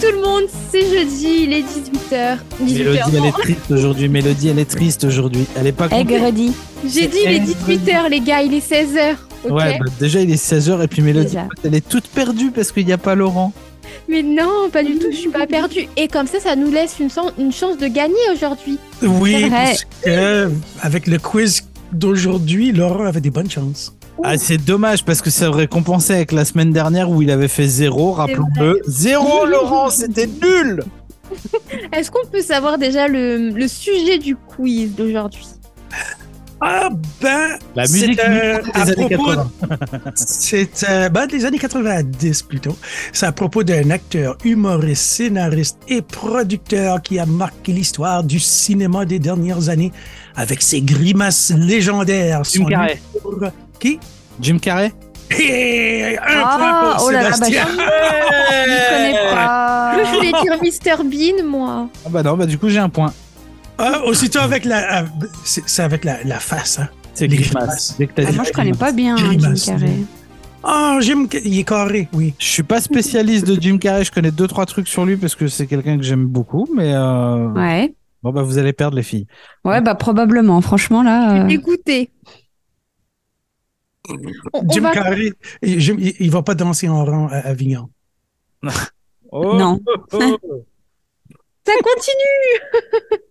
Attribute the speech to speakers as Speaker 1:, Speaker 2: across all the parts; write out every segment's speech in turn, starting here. Speaker 1: tout le monde, c'est jeudi, il est 18h. 18h.
Speaker 2: Mélodie, elle est triste aujourd'hui. Mélodie, elle est triste aujourd'hui. Elle est pas contente.
Speaker 3: Aigredi.
Speaker 1: J'ai dit il est 18h les gars, il est 16h. Ok.
Speaker 2: Ouais, bah, déjà, il est 16h et puis Mélodie,
Speaker 3: Déjà.
Speaker 2: elle est toute perdue parce qu'il n'y a pas Laurent.
Speaker 1: Mais non, pas du tout, je suis pas perdue. Et comme ça, ça nous laisse une, chan- une chance de gagner aujourd'hui.
Speaker 3: C'est
Speaker 4: Oui,
Speaker 3: vrai.
Speaker 4: parce que avec le quiz d'aujourd'hui, Laurent avait des bonnes chances.
Speaker 2: Ah, c'est dommage parce que ça récompensé avec la semaine dernière où il avait fait zéro, rappelons-le. Zéro, Laurent, c'était nul
Speaker 1: Est-ce qu'on peut savoir déjà le, le sujet du quiz d'aujourd'hui
Speaker 4: Ah ben,
Speaker 2: La
Speaker 4: C'est,
Speaker 2: musique
Speaker 4: euh,
Speaker 2: des
Speaker 4: à
Speaker 2: années
Speaker 4: propos
Speaker 2: 80.
Speaker 4: c'est euh, ben, des années 90 plutôt. C'est à propos d'un acteur, humoriste, scénariste et producteur qui a marqué l'histoire du cinéma des dernières années avec ses grimaces légendaires.
Speaker 2: Jim
Speaker 4: son
Speaker 2: Carrey.
Speaker 4: humour- Qui?
Speaker 2: Jim Carrey
Speaker 4: Et un point
Speaker 3: Ah,
Speaker 4: pour
Speaker 3: oh là là,
Speaker 4: Sébastien.
Speaker 3: bah, Je ne connais pas.
Speaker 4: Ah.
Speaker 3: Ah,
Speaker 1: Je voulais dire Mr Bean, moi.
Speaker 2: Ah bah non, bah du coup, j'ai un point.
Speaker 4: Ah, aussitôt avec la, ah, c'est c'est avec la, la face. Hein.
Speaker 2: C'est
Speaker 4: Les
Speaker 2: grimace.
Speaker 4: grimaces.
Speaker 2: Dès que t'as
Speaker 3: Ah,
Speaker 2: dit
Speaker 3: moi, je
Speaker 2: grimace.
Speaker 3: connais pas bien hein, Jim
Speaker 4: Grimace.
Speaker 3: Carrey.
Speaker 4: Oh, Jim, il est carré, oui.
Speaker 2: Je suis pas spécialiste de Jim Carrey, je connais deux trois trucs sur lui parce que c'est quelqu'un que j'aime beaucoup, mais euh,
Speaker 3: Ouais.
Speaker 2: bon bah vous allez perdre les filles.
Speaker 3: Ouais, bah probablement. Franchement,
Speaker 4: Ah.
Speaker 3: là. euh,
Speaker 1: Écoutez. On, on
Speaker 4: Jim
Speaker 1: va-
Speaker 4: Carrey, et Jim- il, il va pas danser en rang à Avignon.
Speaker 3: Non.
Speaker 2: Oh,
Speaker 1: Ça continue.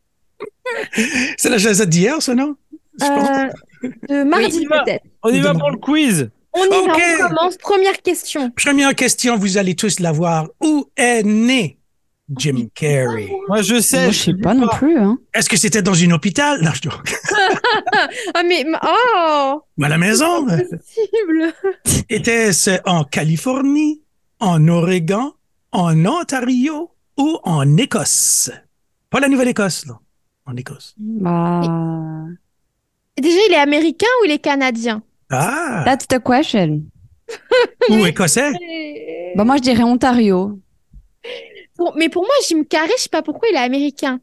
Speaker 4: C'est la chassette d'hier, ça, non? Je pense.
Speaker 1: euh, de mardi
Speaker 2: Oui, on y va.
Speaker 1: peut-être.
Speaker 2: On y va pour le quiz.
Speaker 1: On y va,
Speaker 4: Ok.
Speaker 1: on commence. Première question.
Speaker 4: Première question, vous allez tous la voir. Où est né Jim Carrey?
Speaker 2: Moi je sais.
Speaker 3: moi, je sais pas non plus. Hein.
Speaker 4: Est-ce que c'était dans une hôpital? Non, je joke.
Speaker 1: Ah mais oh,
Speaker 4: Mais À la maison?
Speaker 1: cible.
Speaker 4: Était-ce en Californie, en Oregon, en Ontario ou en Écosse? Pas la Nouvelle-Écosse, là. En Écosse.
Speaker 3: Bah.
Speaker 1: Déjà, il est américain ou il est canadien
Speaker 4: Ah!
Speaker 3: That's the question.
Speaker 4: Ou écossais?
Speaker 1: Euh,
Speaker 3: Bah, moi, je dirais Ontario.
Speaker 1: Pour- mais pour moi, Jim Carrey, je sais pas pourquoi il est américain.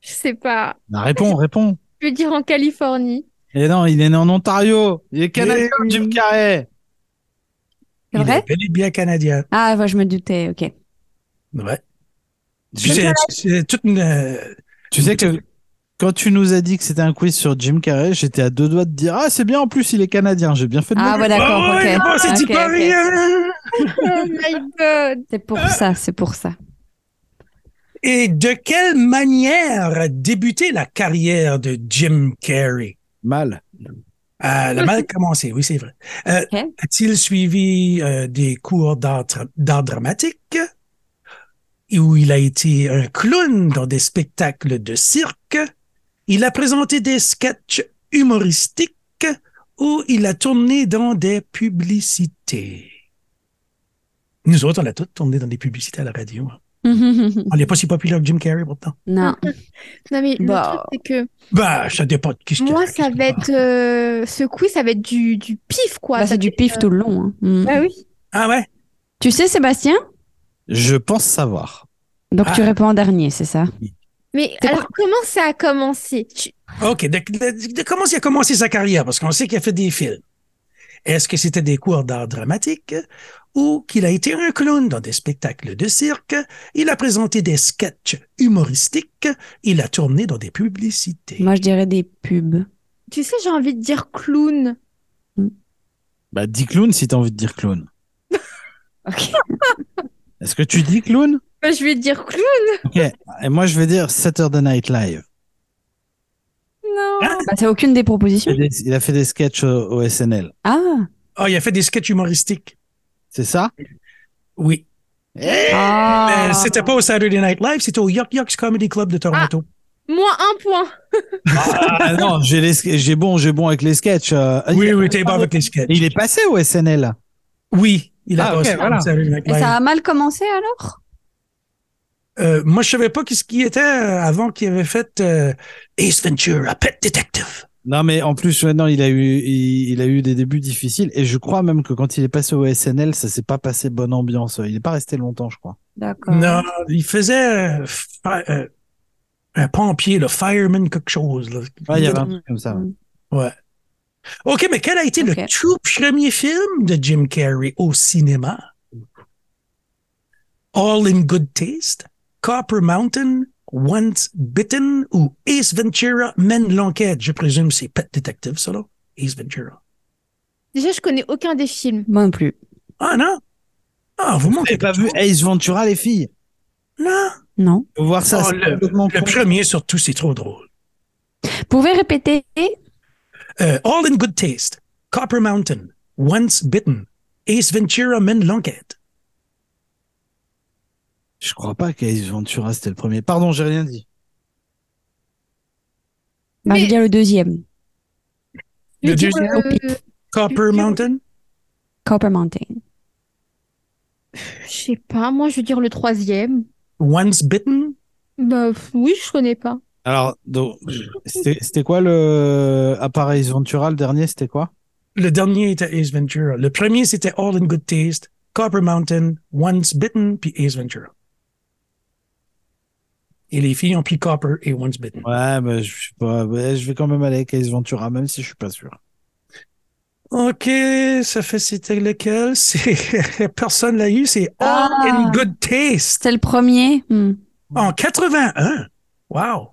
Speaker 1: Je sais pas.
Speaker 2: Bah, réponds, réponds.
Speaker 1: Je veux dire en Californie.
Speaker 2: Et non, il est né en Ontario. Il est canadien,
Speaker 4: Oui.
Speaker 2: Jim Carrey.
Speaker 3: C'est
Speaker 4: Il
Speaker 3: vrai
Speaker 4: est bel et bien canadien.
Speaker 3: Ah, ouais, je me doutais. Ok.
Speaker 4: Ouais.
Speaker 2: Tu
Speaker 4: C'est c'est toute une. euh,
Speaker 2: Tu sais que quand tu nous as dit que c'était un quiz sur Jim Carrey, j'étais à deux doigts de dire ah c'est bien en plus il est canadien. J'ai bien fait de.
Speaker 3: Ah,
Speaker 2: me-
Speaker 3: ouais, d'accord.
Speaker 4: Oh, ouais,
Speaker 3: ok.
Speaker 4: non, c'est du
Speaker 3: Ok, ok.
Speaker 4: Paris, hein.
Speaker 1: Oh my god.
Speaker 3: C'est pour ça. C'est pour ça.
Speaker 4: Et de quelle manière a débuté la carrière de Jim Carrey?
Speaker 2: Mal.
Speaker 4: Euh, elle a mal commencé, oui, c'est vrai. Euh,
Speaker 3: Ok.
Speaker 4: A-t-il suivi euh, des cours d'art d'art dramatique et où il a été un clown dans des spectacles de cirque? Il a présenté des sketchs humoristiques où il a tourné dans des publicités. Nous autres, on a tous tourné dans des publicités à la radio. hein. On n'est pas si populaire que Jim Carrey pourtant.
Speaker 3: non.
Speaker 1: Non mais le
Speaker 3: Bah.
Speaker 1: truc c'est que
Speaker 4: Ben, ça dépend de qui c'est.
Speaker 1: moi ça va être euh, ce quiz ça va être du, du pif quoi.
Speaker 3: Bah,
Speaker 1: Ça
Speaker 3: c'est du
Speaker 1: va
Speaker 3: pif
Speaker 1: être,
Speaker 3: tout le long. hein. Mm.
Speaker 1: euh, Bah oui.
Speaker 4: Ah ouais?
Speaker 3: Tu sais, Sébastien
Speaker 2: Je pense savoir.
Speaker 3: Donc, tu
Speaker 4: Ah.
Speaker 3: réponds en dernier, c'est ça
Speaker 1: Mais
Speaker 3: C'est
Speaker 1: alors comment ça a commencé Tu-
Speaker 4: OK. De, de- de- comment il a commencé sa carrière? Parce qu'on sait qu'il a fait des films. Est-ce que c'était des cours d'art dramatique ou qu'il a été un clown dans des spectacles de cirque? Il a présenté des sketchs humoristiques. Il a tourné dans des publicités.
Speaker 3: Moi, je dirais des pubs.
Speaker 1: Tu sais j'ai envie de dire clown.
Speaker 2: Bah dis clown si t'as envie de dire clown.
Speaker 3: Ok.
Speaker 2: Est-ce que tu dis clown
Speaker 1: Bah, je vais dire clown.
Speaker 2: Ok. Et moi je vais dire Saturday Night Live.
Speaker 1: Non.
Speaker 3: Bah, c'est aucune des propositions.
Speaker 2: Il a fait des- il a fait des sketchs au, au SNL.
Speaker 3: Ah
Speaker 4: Oh, il a fait des sketchs humoristiques.
Speaker 2: C'est ça
Speaker 4: Oui.
Speaker 3: Ah
Speaker 4: Mais c'était pas au Saturday Night Live, c'était au Yuck Yucks Comedy Club de Toronto.
Speaker 1: Moins un point.
Speaker 2: Ah non, j'ai les ske- j'ai bon, j'ai bon avec les sketchs. euh,
Speaker 3: Ah.
Speaker 4: oui,
Speaker 2: il-
Speaker 4: oui, t'es bon avec les sketchs.
Speaker 2: Il est passé au SNL.
Speaker 4: Oui, il a
Speaker 2: Ah, ok,
Speaker 4: passé au
Speaker 2: voilà.
Speaker 4: Saturday Night
Speaker 3: Et
Speaker 4: Live.
Speaker 3: ça a mal commencé alors
Speaker 4: Euh, moi, je savais pas ce qu'il était euh, avant qu'il avait fait euh, Ace Ventura, Pet Detective.
Speaker 2: Non, mais en plus, ouais, non, il a eu, il, il a eu des débuts difficiles. Et je crois même que quand il est passé au SNL, ça s'est pas passé bonne ambiance. Il n'est pas resté longtemps, je crois.
Speaker 3: D'accord.
Speaker 4: Non, il faisait euh, fi- euh, un pompier, le fireman, quelque chose. là.
Speaker 2: Ouais, il y avait un truc comme ça. ouais.
Speaker 4: OK, mais quel a été
Speaker 3: Ok.
Speaker 4: le tout premier film de Jim Carrey au cinéma? All in Good Taste, Copper Mountain, Once Bitten ou Ace Ventura mène l'enquête. Je présume c'est Pet Detective, ça là? Ace Ventura.
Speaker 1: Déjà, je connais aucun des films.
Speaker 3: Moi non plus.
Speaker 4: Ah non? Ah, vous
Speaker 2: Vous
Speaker 4: manquez
Speaker 2: n'avez pas vu Ace Ventura, les filles
Speaker 4: Non!
Speaker 3: Non.
Speaker 2: Faut voir ça.
Speaker 4: Oh,
Speaker 2: c'est complètement
Speaker 4: Le
Speaker 2: con.
Speaker 4: premier surtout, c'est trop drôle.
Speaker 3: Pouvez répéter
Speaker 4: Euh, All in Good Taste, Copper Mountain, Once Bitten, Ace Ventura mène l'enquête.
Speaker 2: Je crois pas qu'Ace Ventura, c'était le premier. Pardon, j'ai rien dit.
Speaker 3: bah, je
Speaker 1: Mais-
Speaker 3: vais dire le deuxième.
Speaker 1: Mais
Speaker 4: Le
Speaker 1: dis-moi,
Speaker 4: deuxième,
Speaker 1: euh,
Speaker 4: Copper Mountain?
Speaker 3: Copper Mountain.
Speaker 1: je sais pas, moi je veux dire le troisième.
Speaker 4: Once Bitten?
Speaker 1: Bah pff, oui, je connais pas.
Speaker 2: Alors, donc, c'était c'était quoi le. À part Ace Ventura, le dernier, c'était quoi
Speaker 4: Le dernier était Ace Ventura. Le premier, c'était All in Good Taste, Copper Mountain, Once Bitten, puis Ace Ventura. Et les filles ont pris Copper et Once Bitten.
Speaker 2: Ouais, mais je sais pas. ouais, je vais quand même aller avec Ace Ventura, même si je suis pas sûr.
Speaker 4: OK, ça fait c'était lequel? C'est- Personne l'a eu, c'est All in Good Taste
Speaker 3: C'était le premier. Hmm.
Speaker 4: en 81. Wow!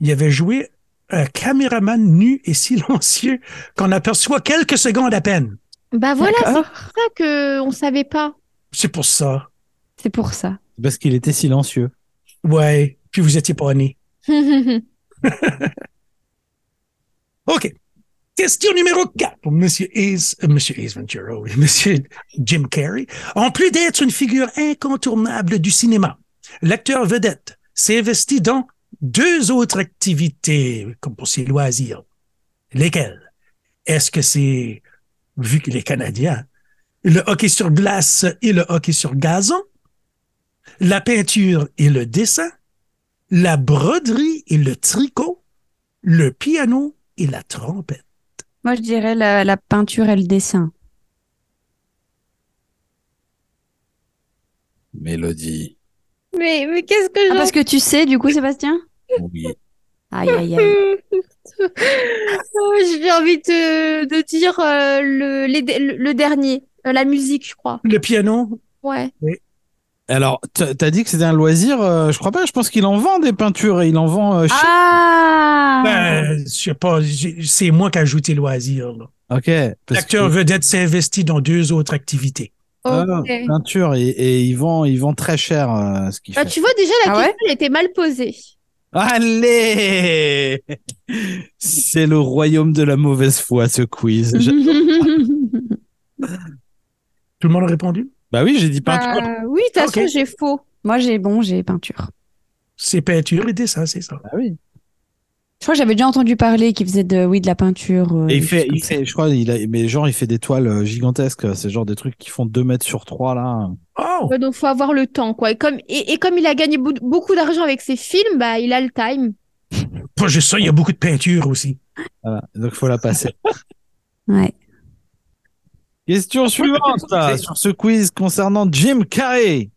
Speaker 4: Il avait joué un caméraman nu et silencieux qu'on aperçoit quelques secondes à peine.
Speaker 1: Bah voilà, c'est
Speaker 3: D'accord.
Speaker 1: pour ça que on savait pas.
Speaker 4: C'est pour ça.
Speaker 3: C'est pour ça.
Speaker 2: C'est Parce qu'il était silencieux.
Speaker 4: Ouais, puis vous étiez pas nés.
Speaker 1: Est-ce
Speaker 4: OK. Question numéro 4 pour Monsieur Ace, euh, Monsieur Ace Ventura, oui, Monsieur Jim Carrey. En plus d'être une figure incontournable du cinéma, l'acteur vedette s'est investi dans deux autres activités comme pour ses loisirs. Lesquelles? Est-ce que c'est, vu qu'il est Canadien, le hockey sur glace et le hockey sur gazon, la peinture et le dessin, la broderie et le tricot, le piano et la trompette.
Speaker 3: Moi, je dirais la, la peinture et le dessin.
Speaker 2: Mélodie.
Speaker 1: Mais, mais qu'est-ce que
Speaker 3: Ah,
Speaker 1: j'en-
Speaker 3: parce que tu sais, du coup, Sébastien
Speaker 2: Oui.
Speaker 3: Aïe, aïe, aïe.
Speaker 1: Oh, J'ai envie de, de dire euh, le, les- le, le dernier, euh, la musique, je crois.
Speaker 4: Le piano,
Speaker 1: Ouais.
Speaker 2: Alors, t- t'as dit que c'était un loisir. euh, je crois pas. Je pense qu'il en vend des peintures et il en vend. euh, chez-
Speaker 3: Ah
Speaker 4: ben, je sais pas, j'ai- c'est moi qui ai ajouté loisir. là.
Speaker 1: Ah.
Speaker 2: ok. parce
Speaker 4: L'acteur vedette s'est investi dans deux autres activités.
Speaker 2: Ah,
Speaker 1: Ok.
Speaker 2: peinture et, et il vend, il vend très cher euh, ce qu'il
Speaker 1: Bah,
Speaker 2: fait.
Speaker 1: tu vois, déjà, la
Speaker 3: Ah ouais
Speaker 1: question elle était mal posée.
Speaker 2: Allez, c'est le royaume de la mauvaise foi ce quiz.
Speaker 1: Mhm.
Speaker 2: Je-
Speaker 3: Mhm.
Speaker 1: Bah, Euh,
Speaker 4: Tout le monde a répondu?
Speaker 2: Bah oui, j'ai dit peinture.
Speaker 1: Bah, oui, de toute façon,
Speaker 4: Ok.
Speaker 1: j'ai faux.
Speaker 3: Moi, j'ai bon, j'ai peinture.
Speaker 4: C'est peinture et dessin, c'est ça.
Speaker 2: Bah oui.
Speaker 3: Je crois que j'avais déjà entendu parler qu'il faisait de, oui, de la peinture.
Speaker 1: Bah,
Speaker 3: euh,
Speaker 2: Et il
Speaker 3: des
Speaker 2: fait,
Speaker 3: choses comme
Speaker 2: il fait, je crois, il a, mais genre il fait des toiles euh, gigantesques. C'est genre des trucs qui font 2 mètres sur 3 là.
Speaker 4: Oh!
Speaker 1: Ouais, Euh, donc faut avoir le temps, quoi. Et comme, et, et comme il a gagné bou- beaucoup d'argent avec ses films, bah il a le time.
Speaker 4: Pas juste ça, il y a beaucoup de peinture aussi.
Speaker 2: Voilà. Donc faut la passer.
Speaker 3: ça. Ouais.
Speaker 2: Question suivante là, sur ce quiz concernant Jim Carrey.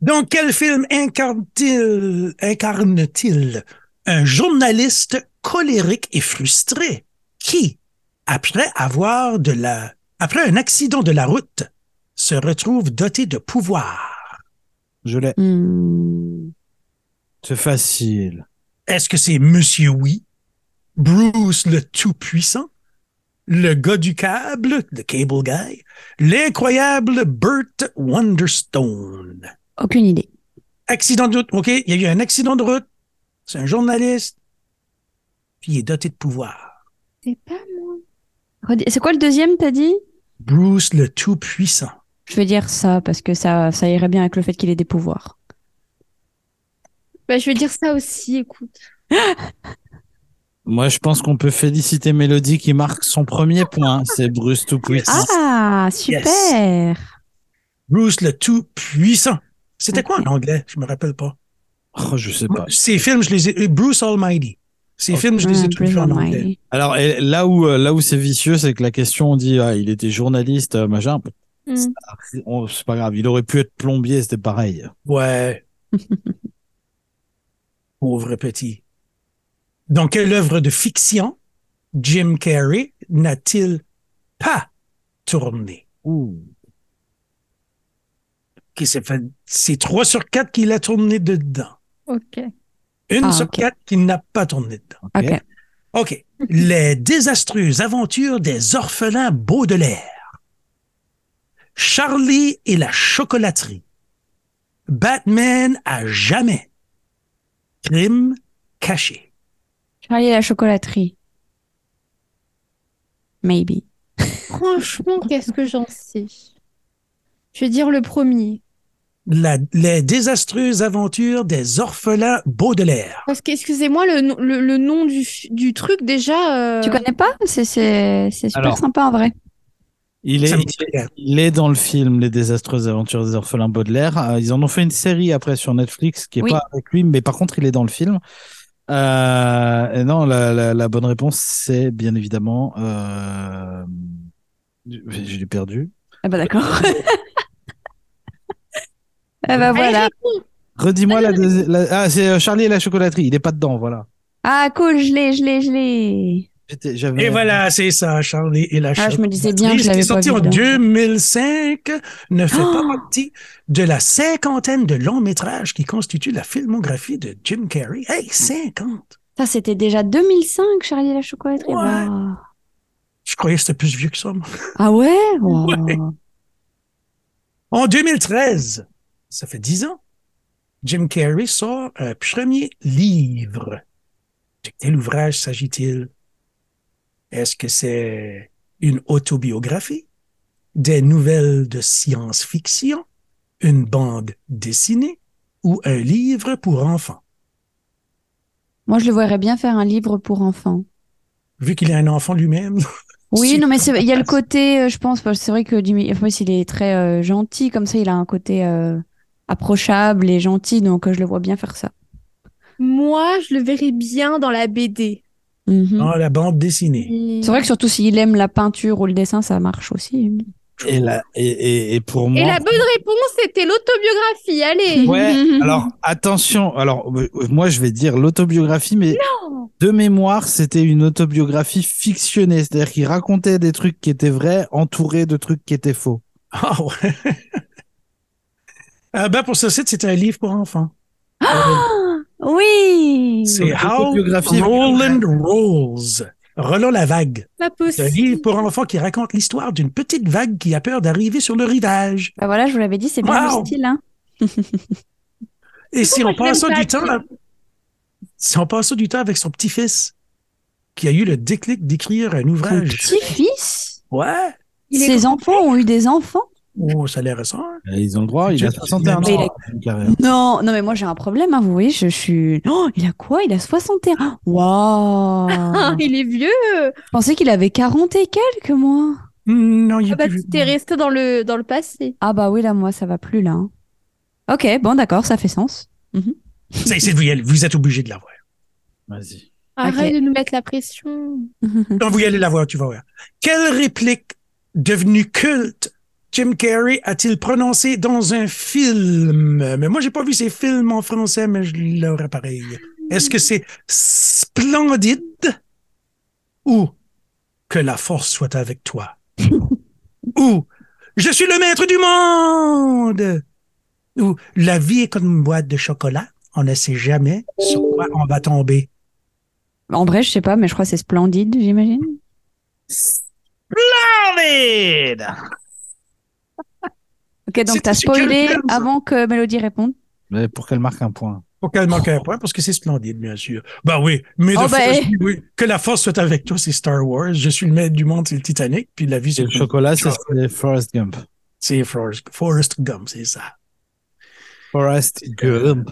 Speaker 4: Dans quel film incarne-t-il incarne-t-il un journaliste colérique et frustré qui, après avoir de la après un accident de la route, se retrouve doté de pouvoir?
Speaker 2: Je l'ai.
Speaker 3: Hmm.
Speaker 2: C'est facile.
Speaker 4: Est-ce que c'est Monsieur Oui, Bruce le Tout-Puissant, le gars du câble, le Cable Guy, l'incroyable Burt Wonderstone?
Speaker 3: Aucune idée.
Speaker 4: Accident de route, OK, il y a eu un accident de route, c'est un journaliste, puis il est doté de pouvoir.
Speaker 1: C'est pas
Speaker 3: Redis- C'est quoi le deuxième, t'as dit
Speaker 4: Bruce le Tout-Puissant.
Speaker 3: Je vais dire ça parce que ça, ça irait bien avec le fait qu'il ait des pouvoirs.
Speaker 1: Bah je vais dire ça aussi, écoute.
Speaker 2: Moi, je pense qu'on peut féliciter Mélodie qui marque son premier point. C'est Bruce Tout-Puissant.
Speaker 3: Ah, super
Speaker 4: Bruce le Tout-Puissant. C'était quoi en anglais? Je me rappelle pas.
Speaker 2: Oh, je sais pas.
Speaker 4: Moi, Ces films, je les ai... euh, Bruce Almighty. Ces
Speaker 2: Ok.
Speaker 4: films, je les ai
Speaker 3: Hmm,
Speaker 4: tous vus en
Speaker 3: Prison
Speaker 4: anglais.
Speaker 3: Mine.
Speaker 2: Alors et là où euh, là où c'est vicieux, c'est que la question on dit ah, il était journaliste, euh, machin.
Speaker 1: Hmm.
Speaker 2: On- C'est pas grave. Il aurait pu être plombier, c'était pareil.
Speaker 4: Ouais. Pauvre petit. Dans quelle œuvre de fiction Jim Carrey n'a-t-il pas tourné? qui s'est fait. C'est 3 sur 4 qu'il a tourné dedans.
Speaker 1: Ok.
Speaker 4: Une
Speaker 3: Ah,
Speaker 4: sur
Speaker 3: ok.
Speaker 4: quatre qu'il n'a pas tourné dedans.
Speaker 3: Ok.
Speaker 2: Ok.
Speaker 4: OK. Les désastreuses aventures des orphelins Baudelaire. Charlie et la chocolaterie. Batman à jamais. Crime caché.
Speaker 3: Charlie et la chocolaterie. Maybe.
Speaker 1: Franchement, qu'est-ce que j'en sais? Je vais dire le premier.
Speaker 4: La- les désastreuses aventures des orphelins Baudelaire.
Speaker 1: Parce que, excusez-moi, le, no- le, le nom du, f- du truc, déjà. euh,
Speaker 3: Tu connais pas C'est c'est- c'est super
Speaker 2: Alors.
Speaker 3: sympa en vrai.
Speaker 2: Il est,
Speaker 4: Ça me dit rien.
Speaker 2: il est dans le film Les désastreuses aventures des orphelins Baudelaire. Euh, ils en ont fait une série après sur Netflix qui est
Speaker 3: Oui.
Speaker 2: pas avec lui, mais par contre, il est dans le film. Euh, et non, la, la- la bonne réponse, c'est bien évidemment. Euh... Je l'ai perdu.
Speaker 3: Ah bah d'accord. ah bah
Speaker 1: Allez,
Speaker 3: voilà.
Speaker 1: réponds.
Speaker 2: Redis-moi la deuxième. Ah, c'est euh, Charlie et la chocolaterie. Il est pas dedans, voilà.
Speaker 3: Ah cool, je l'ai, je l'ai, je l'ai.
Speaker 2: J'étais- j'avais-
Speaker 4: Et voilà, c'est ça, Charlie et la
Speaker 3: Ah, je
Speaker 4: chocolaterie.
Speaker 3: me disais bien que je
Speaker 4: qui est
Speaker 3: l'avais pas
Speaker 4: sorti
Speaker 3: vu.
Speaker 4: en
Speaker 3: donc.
Speaker 4: 2005, ne fait
Speaker 3: Oh.
Speaker 4: pas partie de la cinquantaine de longs métrages qui constituent la filmographie de Jim Carrey. Hey, 50!
Speaker 3: Ça, c'était déjà 2005, Charlie et la chocolaterie.
Speaker 4: Ouais.
Speaker 3: Waouh.
Speaker 4: Je croyais que c'était plus vieux que ça. moi.
Speaker 3: Ah ouais, Waouh.
Speaker 4: En 2013, ça fait 10 ans, Jim Carrey sort un premier livre. De quel ouvrage s'agit-il? Est-ce que c'est une autobiographie? Des nouvelles de science-fiction? Une bande dessinée? Ou un livre pour enfants?
Speaker 3: Moi, je le verrais bien faire un livre pour enfants.
Speaker 4: Vu qu'il est un enfant lui-même.
Speaker 3: Oui,
Speaker 4: Super.
Speaker 3: non, mais c'est- il y a le côté, euh, je pense, parce que c'est vrai que Jimmy, en plus, il est très euh, gentil, comme ça, il a un côté euh, approchable et gentil, donc euh, je le vois bien faire ça.
Speaker 1: Moi, je le verrais bien dans la BD.
Speaker 3: Mhm.
Speaker 4: Ah, la bande dessinée.
Speaker 3: C'est vrai que surtout s'il aime la peinture ou le dessin, ça marche aussi.
Speaker 2: Et, la- et, et- et pour moi.
Speaker 1: Et la bonne réponse, c'était l'autobiographie. Allez.
Speaker 3: Mhm.
Speaker 2: Ouais, alors attention, alors euh, moi je vais dire l'autobiographie, mais
Speaker 1: Non.
Speaker 2: de mémoire c'était une autobiographie fictionnée, c'est-à-dire qu'il racontait des trucs qui étaient vrais entourés de trucs qui étaient faux.
Speaker 4: Ah ouais. Ah ben pour ce site, c'est un livre pour enfants.
Speaker 3: Oui!
Speaker 4: C'est
Speaker 2: Donc,
Speaker 4: How
Speaker 2: autobiographie.
Speaker 4: Roland Rolls. Roland la vague.
Speaker 1: Pas
Speaker 4: C'est un
Speaker 1: possible.
Speaker 4: livre pour enfants qui raconte l'histoire d'une petite vague qui a peur d'arriver sur le rivage.
Speaker 3: Bah voilà, je vous l'avais dit, c'est bien
Speaker 4: Wow.
Speaker 3: le style, hein.
Speaker 4: Et si on
Speaker 1: Pourquoi je
Speaker 4: passe
Speaker 1: l'aime pas,
Speaker 4: du temps,
Speaker 1: toi
Speaker 4: à- si on passe du temps avec son petit-fils, qui a eu le déclic d'écrire un
Speaker 3: Son
Speaker 4: ouvrage.
Speaker 3: petit-fils?
Speaker 4: Ouais.
Speaker 1: Il est
Speaker 3: Ses enfants ont eu des enfants?
Speaker 4: Oh, ça les ressemble.
Speaker 2: Euh, Ils ont le droit, il a 61
Speaker 4: Mais
Speaker 3: il a-
Speaker 2: ans. hein. carrément.
Speaker 3: Non, non, mais moi j'ai un problème, hein, vous voyez, je, je suis. Oh, il a quoi? Il a 61. Waouh!
Speaker 1: Ah, il est vieux.
Speaker 3: Je pensais qu'il avait 40 et quelques, moi.
Speaker 4: Non, il est
Speaker 1: Ah bah,
Speaker 4: plus
Speaker 1: tu t'es
Speaker 4: vieux.
Speaker 1: resté dans le, dans le passé.
Speaker 3: Ah bah oui, là, moi, ça va plus, là. hein. Ok, bon, d'accord, ça fait sens.
Speaker 4: C'est- c'est- vous y allez- Vous êtes obligé de l'avoir.
Speaker 2: Vas-y.
Speaker 1: Arrête de nous mettre la pression.
Speaker 4: Donc, vous y allez la voir, tu vas voir. Quelle réplique devenue culte Jim Carrey a-t-il prononcé dans un film? Mais moi, j'ai pas vu ces films en français, mais je l'aurais pareil. Est-ce que c'est splendide ou que la force soit avec toi? ou je suis le maître du monde? Ou la vie est comme une boîte de chocolat. On ne sait jamais sur quoi on va tomber.
Speaker 3: En vrai, je sais pas, mais je crois que c'est splendide, j'imagine.
Speaker 4: Splendide!
Speaker 3: Ok, donc
Speaker 4: C'est-
Speaker 3: t'as
Speaker 4: c'est quel
Speaker 3: spoilé
Speaker 4: film, ça
Speaker 3: avant que Mélodie réponde.
Speaker 2: Mais pour qu'elle marque un point.
Speaker 4: Pour qu'elle manque un point, parce que c'est splendide, bien sûr. Ben oui, mais de
Speaker 3: Oh, ben,
Speaker 4: force,
Speaker 3: eh.
Speaker 4: oui. que la force soit avec toi, c'est Star Wars. Je suis le maître du monde, c'est le Titanic, puis la vie,
Speaker 2: Et
Speaker 4: c'est
Speaker 2: le chocolat, c'est c'est Forrest Gump.
Speaker 4: c'est Forrest, Forrest Gump, c'est ça.
Speaker 2: Forrest Gump.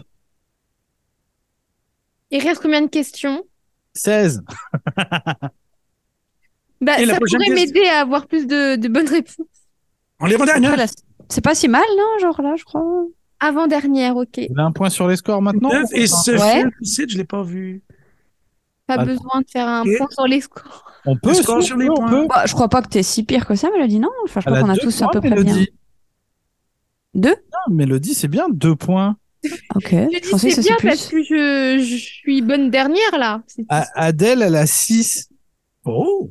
Speaker 1: Il reste combien de questions?
Speaker 2: 16.
Speaker 1: Bah,
Speaker 4: Et la
Speaker 1: ça
Speaker 4: prochaine
Speaker 1: pourrait
Speaker 4: question.
Speaker 1: m'aider à avoir plus de, de bonnes réponses.
Speaker 4: On les rendait à
Speaker 3: Après,
Speaker 4: 9.
Speaker 3: là, C'est pas si mal, non, genre là, je crois.
Speaker 1: Avant-dernière, ok.
Speaker 2: Il a un point sur les scores maintenant.
Speaker 4: et ce
Speaker 3: Ouais.
Speaker 4: film ici, je l'ai pas vu.
Speaker 1: Pas
Speaker 2: Attends.
Speaker 1: besoin de faire un
Speaker 4: Et-
Speaker 1: point sur les scores.
Speaker 2: On peut,
Speaker 4: Le score
Speaker 2: si
Speaker 4: sur
Speaker 2: on
Speaker 4: les
Speaker 2: peut, on
Speaker 4: points.
Speaker 2: peut.
Speaker 3: Bah, je crois pas que t'es si pire que ça, Mélodie, non? Enfin, je
Speaker 2: Elle
Speaker 3: crois qu'on a
Speaker 2: deux
Speaker 3: tous à
Speaker 2: points,
Speaker 3: peu près bien.
Speaker 2: Mélodie.
Speaker 3: Deux?
Speaker 2: Ah, Mélodie, c'est bien, deux points.
Speaker 3: Ok.
Speaker 1: Je
Speaker 3: Je
Speaker 1: dis
Speaker 3: pensais que
Speaker 1: c'est
Speaker 3: c'était
Speaker 1: bien
Speaker 3: plus.
Speaker 1: parce que je,
Speaker 2: Ah,
Speaker 1: je suis bonne dernière là. C'est-
Speaker 2: A- Adèle, elle a 6.
Speaker 4: Oh!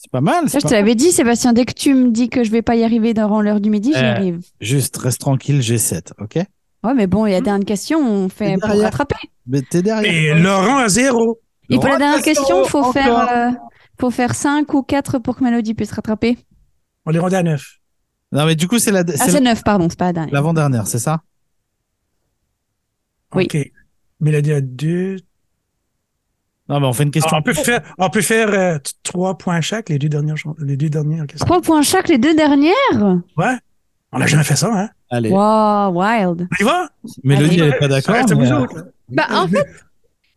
Speaker 2: C'est C'est pas mal.
Speaker 3: Ça,
Speaker 2: c'est
Speaker 3: je
Speaker 2: pas
Speaker 3: te l'avais dit, Sébastien, dès que tu me dis que je vais pas y arriver dans l'heure du midi, j'y
Speaker 2: Euh.
Speaker 3: arrive.
Speaker 2: Juste, reste tranquille, G7, ok
Speaker 3: Ouais, mais bon, et
Speaker 1: Mmh.
Speaker 3: la dernière question, on fait pour
Speaker 2: derrière.
Speaker 3: rattraper.
Speaker 2: Mais t'es derrière.
Speaker 4: Et Laurent à zéro.
Speaker 3: Et pour la dernière question, faut
Speaker 2: encore.
Speaker 3: faire, euh, faut faire 5 ou 4 pour que Mélodie puisse rattraper.
Speaker 4: On est rendu à neuf.
Speaker 2: Non, mais du coup, c'est la, c'est
Speaker 3: Ah, c'est 9, pardon, c'est pas la dernière.
Speaker 2: l'avant-dernière, c'est ça
Speaker 3: Oui.
Speaker 4: OK. Mélodie à deux.
Speaker 2: Non, mais on fait une question.
Speaker 4: on peut faire, on peut faire euh, t- trois points chaque, les deux dernières, chan- les deux dernières questions.
Speaker 3: 3 points chaque, les deux dernières
Speaker 4: Ouais. On n'a jamais fait ça, hein.
Speaker 2: Allez,
Speaker 3: Wow, wild.
Speaker 4: On y va?
Speaker 2: Mélodie,
Speaker 4: Allez.
Speaker 2: elle est pas d'accord.
Speaker 4: Arrêtez-vous
Speaker 2: mais, euh,
Speaker 4: autres.
Speaker 1: Bah, en fait,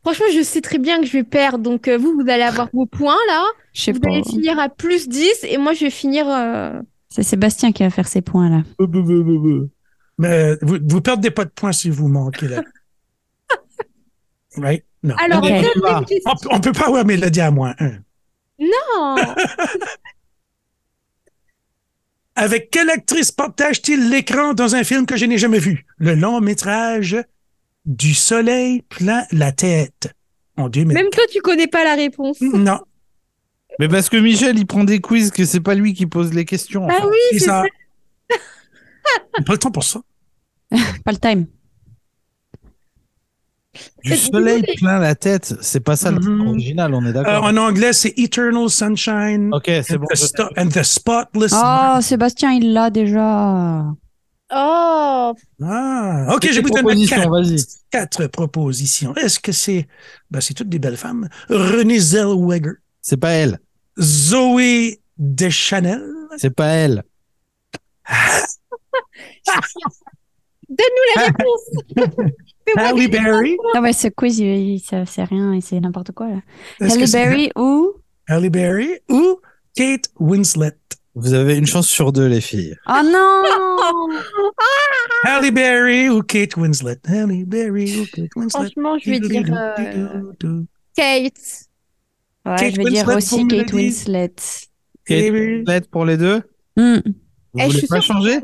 Speaker 1: franchement, je sais très bien que je vais perdre. Donc, euh, vous, vous allez avoir vos points là.
Speaker 3: Je sais
Speaker 1: vous
Speaker 3: pas.
Speaker 1: allez finir à plus 10 et moi, je vais finir. euh,
Speaker 3: C'est Sébastien qui va faire ses points, là.
Speaker 2: beu, beu, beu, beu, beu.
Speaker 4: Mais vous, vous perdez pas de points si vous manquez là. right? Non.
Speaker 1: Alors,
Speaker 3: Ok.
Speaker 1: deuxième
Speaker 2: On va.
Speaker 1: question.
Speaker 4: On, on peut pas avoir Mélodie à moins un.
Speaker 1: hein.
Speaker 4: Avec quelle actrice partage-t-il l'écran dans un film que je n'ai jamais vu? Le long métrage Du soleil plein la tête. En 2000.
Speaker 1: Même toi, tu connais pas la réponse.
Speaker 4: Non,
Speaker 2: Mais parce que Michel, il prend des quiz, que c'est pas lui qui pose les questions.
Speaker 1: Ah
Speaker 2: enfin.
Speaker 1: oui,
Speaker 4: c'est
Speaker 1: c'est
Speaker 4: ça. pas le temps pour ça.
Speaker 3: Pas le time.
Speaker 2: Du
Speaker 1: Euh,
Speaker 2: soleil
Speaker 1: désolé.
Speaker 2: plein la tête, c'est pas ça le titre
Speaker 4: Mhm.
Speaker 2: original, on est
Speaker 4: Euh,
Speaker 2: d'accord.
Speaker 4: en anglais, c'est Eternal Sunshine
Speaker 2: Ok, c'est bon.
Speaker 4: the
Speaker 2: je-
Speaker 4: Sto- and the Spotless.
Speaker 1: Ah.
Speaker 3: Oh, Sébastien, il l'a déjà.
Speaker 1: Oh,
Speaker 4: Ah, ok,
Speaker 2: Des
Speaker 4: je vous donne
Speaker 2: propositions,
Speaker 4: quatre,
Speaker 2: vas-y.
Speaker 4: quatre propositions. Est-ce que c'est, ben, c'est toutes des belles femmes. Renée Zellweger,
Speaker 2: C'est pas elle.
Speaker 4: Zoé Deschanel,
Speaker 2: C'est pas elle.
Speaker 1: la réponse. Fais-moi
Speaker 4: Halle
Speaker 1: gagner.
Speaker 4: Berry,
Speaker 3: Non, mais ce quiz, il, il- ça- c'est rien, et c'est n'importe quoi, là.
Speaker 4: est-ce que
Speaker 3: Halle
Speaker 4: c'est
Speaker 3: Berry ou...
Speaker 4: Halle Berry ou Kate Winslet.
Speaker 2: Vous avez une chance sur deux, les filles.
Speaker 3: Oh non
Speaker 4: Halle Berry ou Kate Winslet. Halle Berry ou Kate Winslet.
Speaker 1: Franchement, Oh, je vais dire
Speaker 4: hein.
Speaker 1: euh, Kate.
Speaker 3: Ouais,
Speaker 4: Kate
Speaker 3: je vais dire
Speaker 4: Winslet
Speaker 3: aussi
Speaker 4: pour
Speaker 3: Kate
Speaker 4: Mélodie.
Speaker 3: Winslet.
Speaker 4: Eh
Speaker 2: Kate Winslet pour les deux
Speaker 3: Hmm,
Speaker 2: Vous
Speaker 1: Eh, je
Speaker 2: voulez
Speaker 1: suis
Speaker 2: pas
Speaker 1: sûre-
Speaker 2: changer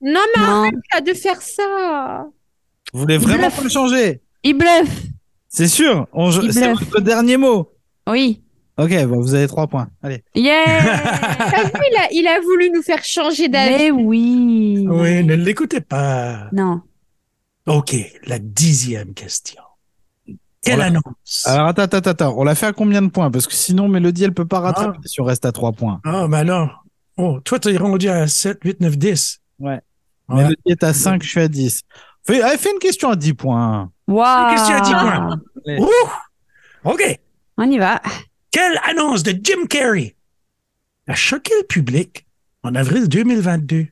Speaker 1: Non, mais
Speaker 3: non.
Speaker 1: arrête de faire ça.
Speaker 2: Vous voulez vraiment
Speaker 3: Bluff.
Speaker 2: pas changer
Speaker 3: Il bluffe.
Speaker 2: C'est sûr. on- je-
Speaker 3: Il
Speaker 2: C'est
Speaker 3: bluffe.
Speaker 2: votre dernier mot.
Speaker 3: Oui.
Speaker 2: Ok, bon, vous avez trois points. Allez.
Speaker 3: Yeah
Speaker 1: T'as vu, il a, il a voulu nous faire changer d'avis.
Speaker 3: Mais oui.
Speaker 4: Oui, ne l'écoutez pas.
Speaker 3: Non.
Speaker 4: OK, la dixième question. Quelle
Speaker 2: Voilà.
Speaker 4: annonce?
Speaker 2: Alors attends, attends, attends. On l'a fait à combien de points Parce que sinon, Mélodie, elle peut pas rattraper si on reste à trois points.
Speaker 4: Ah, ben alors. Oh, toi, t'es rendu à 7, 8, 9, 10.
Speaker 2: Ouais.
Speaker 4: Ouais.
Speaker 2: Mélodie est à 5, je suis à 10. Fais, eh, fais une question à 10 points.
Speaker 3: Waouh
Speaker 4: Qu'est-ce qu'il a dit, quoi Ouh! OK.
Speaker 3: On y va.
Speaker 4: Quelle annonce de Jim Carrey a choqué le public en avril 2022?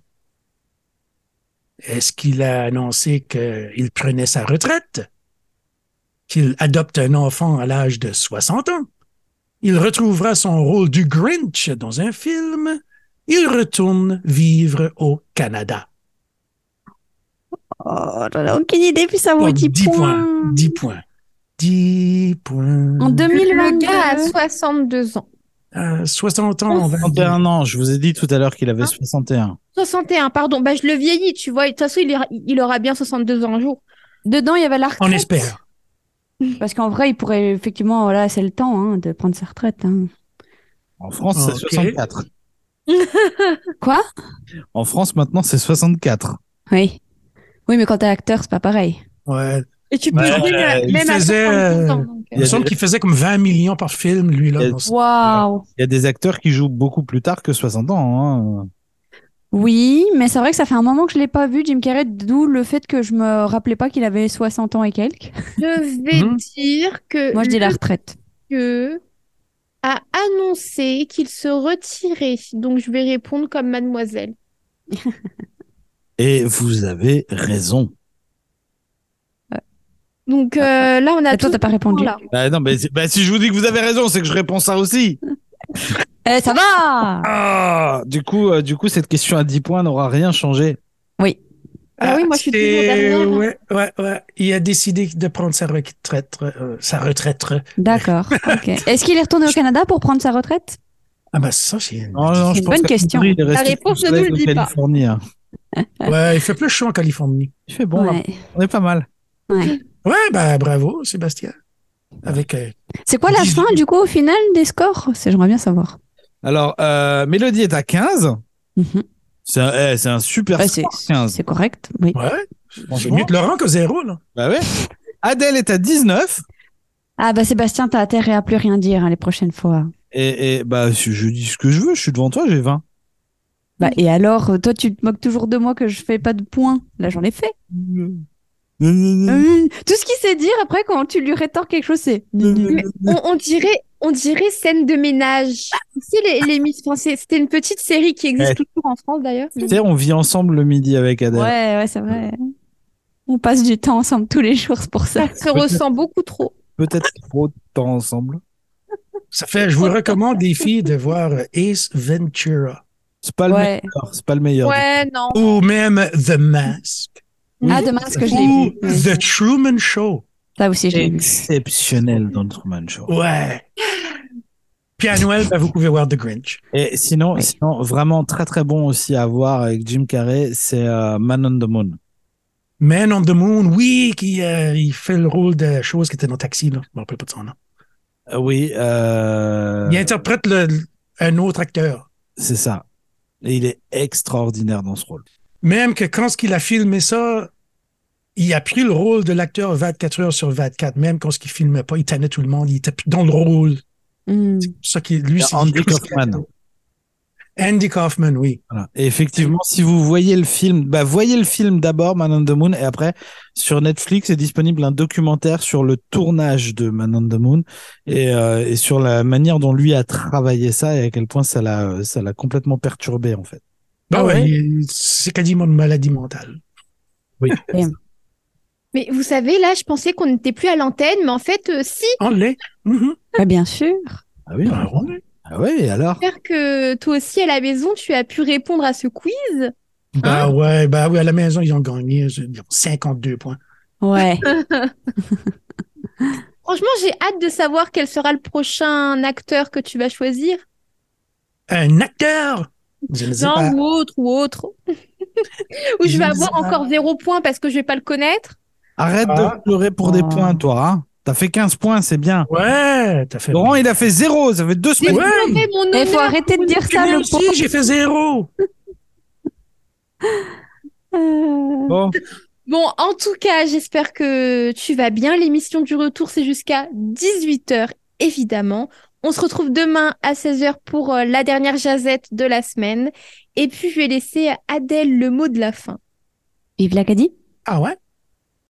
Speaker 4: Est-ce qu'il a annoncé qu'il prenait sa retraite? Qu'il adopte un enfant à l'âge de 60 ans? Il retrouvera son rôle du Grinch dans un film? Il retourne vivre au Canada.
Speaker 3: Oh, j'en ai aucune idée, puis ça vaut
Speaker 4: Oh,
Speaker 3: 10 points.
Speaker 4: points. 10 points. 10 points.
Speaker 3: En
Speaker 1: Le
Speaker 3: 2022.
Speaker 1: gars a 62 ans.
Speaker 4: Euh, 60 ans, on va dire.
Speaker 2: 31 ans, je vous ai dit tout à l'heure qu'il avait 61.
Speaker 1: 61, pardon. Bah, je le vieillis, tu vois. Et De toute façon, il, ira- il aura bien 62 ans un jour.
Speaker 3: Dedans, il y avait la retraite.
Speaker 4: On espère.
Speaker 3: Parce qu'en vrai, il pourrait effectivement, voilà, c'est le temps hein, de prendre sa retraite. hein.
Speaker 2: En France, c'est
Speaker 4: Ok.
Speaker 2: 64.
Speaker 3: Quoi
Speaker 2: En France, maintenant, c'est 64.
Speaker 3: Oui. Oui, mais quand t'es acteur, c'est pas pareil.
Speaker 4: Ouais.
Speaker 1: Et tu peux
Speaker 2: Ouais,
Speaker 1: jouer euh,
Speaker 2: il
Speaker 1: même à
Speaker 4: faisait,
Speaker 1: 72 ans.
Speaker 4: euh,
Speaker 1: donc,
Speaker 4: Il me
Speaker 2: y a
Speaker 4: semble
Speaker 2: des-
Speaker 4: qu'il faisait comme 20 millions par film, lui,
Speaker 2: Il y
Speaker 4: là.
Speaker 2: a-
Speaker 4: dans ce-
Speaker 3: Waouh
Speaker 2: Il y a des acteurs qui jouent beaucoup plus tard que 60 ans. hein.
Speaker 3: Oui, mais c'est vrai que ça fait un moment que je l'ai pas vu, Jim Carrey, d'où le fait que je me rappelais pas qu'il avait 60 ans et quelques.
Speaker 1: Je vais
Speaker 2: Hmm
Speaker 4: Mhm.
Speaker 1: dire que
Speaker 3: Moi, je dis la retraite.
Speaker 1: que a annoncé qu'il se retirait. Donc je vais répondre comme mademoiselle.
Speaker 2: Et vous avez raison.
Speaker 1: Donc euh, là on a
Speaker 3: Et toi,
Speaker 1: tous
Speaker 3: t'as pas
Speaker 1: nos points,
Speaker 3: répondu.
Speaker 1: là.
Speaker 2: Bah, non, mais si- bah, si je vous dis que vous avez raison, c'est que je réponds ça aussi.
Speaker 3: Eh, ça va
Speaker 2: Ah, du coup, euh, du coup, cette question à 10 points n'aura rien changé.
Speaker 1: Ah oui, moi, je suis toujours
Speaker 4: c'est-
Speaker 1: derrière. hein.
Speaker 4: Ouais, ouais, ouais. Il a décidé de prendre sa retraite. euh, sa retraite.
Speaker 3: D'accord. ok. Est-ce qu'il est retourné au Canada pour prendre sa retraite
Speaker 4: Ah, ben ça,
Speaker 2: Non,
Speaker 4: c'est.
Speaker 2: Oh, non,
Speaker 3: C'est
Speaker 2: je
Speaker 3: une
Speaker 2: pense
Speaker 3: bonne
Speaker 2: qu'à
Speaker 3: question.
Speaker 2: Paris, il est resté
Speaker 1: réponse
Speaker 2: sous
Speaker 1: ne nous
Speaker 2: l'aide
Speaker 1: le
Speaker 2: de
Speaker 1: dit pas.
Speaker 2: Californie, hein.
Speaker 4: Ouais, il fait plus chaud en Californie.
Speaker 2: Il fait bon, là.
Speaker 3: Ouais.
Speaker 2: on est pas mal.
Speaker 3: Ouais.
Speaker 4: Ouais, ben bravo, Sébastien. Avec. euh,
Speaker 3: C'est quoi la
Speaker 4: Dix-
Speaker 3: fin, du coup, au final des scores C'est- J'aimerais bien savoir.
Speaker 2: Alors, euh, Mélodie est à 15.
Speaker 3: Mhm.
Speaker 2: C'est un, eh, c'est un super
Speaker 3: Bah, c'est-
Speaker 2: score, 15.
Speaker 3: C'est correct, oui.
Speaker 4: Ouais. C'est
Speaker 2: Franchement.
Speaker 4: mieux que Laurent que zéro, là.
Speaker 2: Bah ouais. Adèle est à 19.
Speaker 3: Ah bah Sébastien, t'as intérêt à plus rien dire hein, les prochaines fois.
Speaker 2: Et, et bah, je, je dis ce que je veux, je suis devant toi, j'ai 20.
Speaker 3: Bah, et alors, euh, toi, tu te moques toujours de moi que je fais pas de points. Là, j'en ai fait. Euh, Tout ce qu'il sait dire après, quand tu lui rétorques quelque chose, c'est.
Speaker 1: On, on dirait, on dirait scène de ménage. Tu sais, les, les Miss Français, c'était une petite série qui existe toujours en France d'ailleurs.
Speaker 2: Tu sais, on vit ensemble le midi avec Adèle.
Speaker 3: Ouais, ouais, c'est vrai. On passe du temps ensemble tous les jours, c'est pour ça.
Speaker 1: Ça se ressent beaucoup trop.
Speaker 2: Peut-être trop de temps ensemble.
Speaker 4: Ça fait, je vous recommande, les filles, de voir euh, Ace Ventura
Speaker 2: C'est pas le
Speaker 3: Ouais.
Speaker 2: meilleur. C'est pas le meilleur.
Speaker 1: Ouais, non.
Speaker 4: ou même The Mask
Speaker 3: Ah, demain, ce que je l'ai
Speaker 4: ou
Speaker 3: vu. Ouais.
Speaker 4: The Truman Show.
Speaker 3: Ça aussi, je l'ai vu.
Speaker 2: Exceptionnel dans le Truman Show.
Speaker 4: Ouais. Puis à Noël, ben, vous pouvez voir The Grinch.
Speaker 2: Et sinon,
Speaker 3: Oui.
Speaker 2: sinon, vraiment très très bon aussi à voir avec Jim Carrey, c'est euh, Man on the Moon.
Speaker 4: Man on the Moon, oui, qui euh, il fait le rôle de chose qui était dans Taxi, là. je me rappelle pas de son nom.
Speaker 2: Euh, oui, euh,
Speaker 4: Il interprète le, un autre acteur.
Speaker 2: c'est ça. Et il est extraordinaire dans ce rôle.
Speaker 4: Même que quand il a filmé ça, il a pris le rôle de l'acteur 24 heures sur 24, même quand il filmait pas, il tannait tout le monde, il était dans le rôle.
Speaker 3: Hmm.
Speaker 4: Ça qui, lui,
Speaker 2: Et
Speaker 4: c'est-
Speaker 2: Andy Kaufman.
Speaker 4: Andy Kaufman, oui.
Speaker 2: Voilà. Et effectivement, si vous voyez le film, bah voyez le film d'abord, Man on the Moon, et après sur Netflix est disponible un documentaire sur le tournage de Man on the Moon et, euh, et sur la manière dont lui a travaillé ça et à quel point ça l'a euh, ça l'a complètement perturbé en fait.
Speaker 4: Ben
Speaker 3: Ah
Speaker 4: ouais,
Speaker 3: ouais?
Speaker 4: il- c'est quasiment une maladie mentale.
Speaker 1: Mais vous savez, là, je pensais qu'on n'était plus à l'antenne, mais en fait, euh, si.
Speaker 4: On l'est. Mhm.
Speaker 3: Bah, bien sûr.
Speaker 2: Ah oui.
Speaker 4: Ben ouais.
Speaker 2: Ah oui. Et alors
Speaker 1: J'espère que toi aussi à la maison, tu as pu répondre à ce quiz.
Speaker 4: Ben ouais, ben oui, à la maison, ils ont gagné ils ont 52 points.
Speaker 3: Ouais.
Speaker 4: Ah,
Speaker 1: Franchement, j'ai hâte de savoir quel sera le prochain acteur que tu vas choisir.
Speaker 4: Un acteur! Je ne sais
Speaker 1: Non,
Speaker 4: pas.
Speaker 1: ou autre, ou autre. Ou je
Speaker 4: Je
Speaker 1: vais
Speaker 4: ne
Speaker 1: avoir
Speaker 4: sais pas.
Speaker 1: encore zéro point parce que je vais pas le connaître.
Speaker 2: Arrête
Speaker 4: Ah.
Speaker 2: de pleurer pour des
Speaker 3: Ah.
Speaker 2: points, toi. Hein T'as fait 15 points, c'est bien.
Speaker 4: Ouais, t'as fait.
Speaker 2: Laurent, il a fait zéro. Ça fait deux semaines.
Speaker 4: Ouais.
Speaker 1: Désolé, mon
Speaker 3: Il Eh, faut
Speaker 1: honneur.
Speaker 3: arrêter de dire
Speaker 4: Et
Speaker 3: ça,
Speaker 4: moi
Speaker 3: le
Speaker 4: aussi,
Speaker 3: pauvre.
Speaker 4: j'ai fait zéro.
Speaker 3: Euh,
Speaker 2: Bon.
Speaker 1: Bon, en tout cas, j'espère que tu vas bien. L'émission du retour, c'est jusqu'à 18h, évidemment. On se retrouve demain à 16h pour euh, la dernière jazette de la semaine. Et puis, je vais laisser à Adèle le mot de la fin.
Speaker 3: Vive l'Acadie.
Speaker 4: Ah ouais?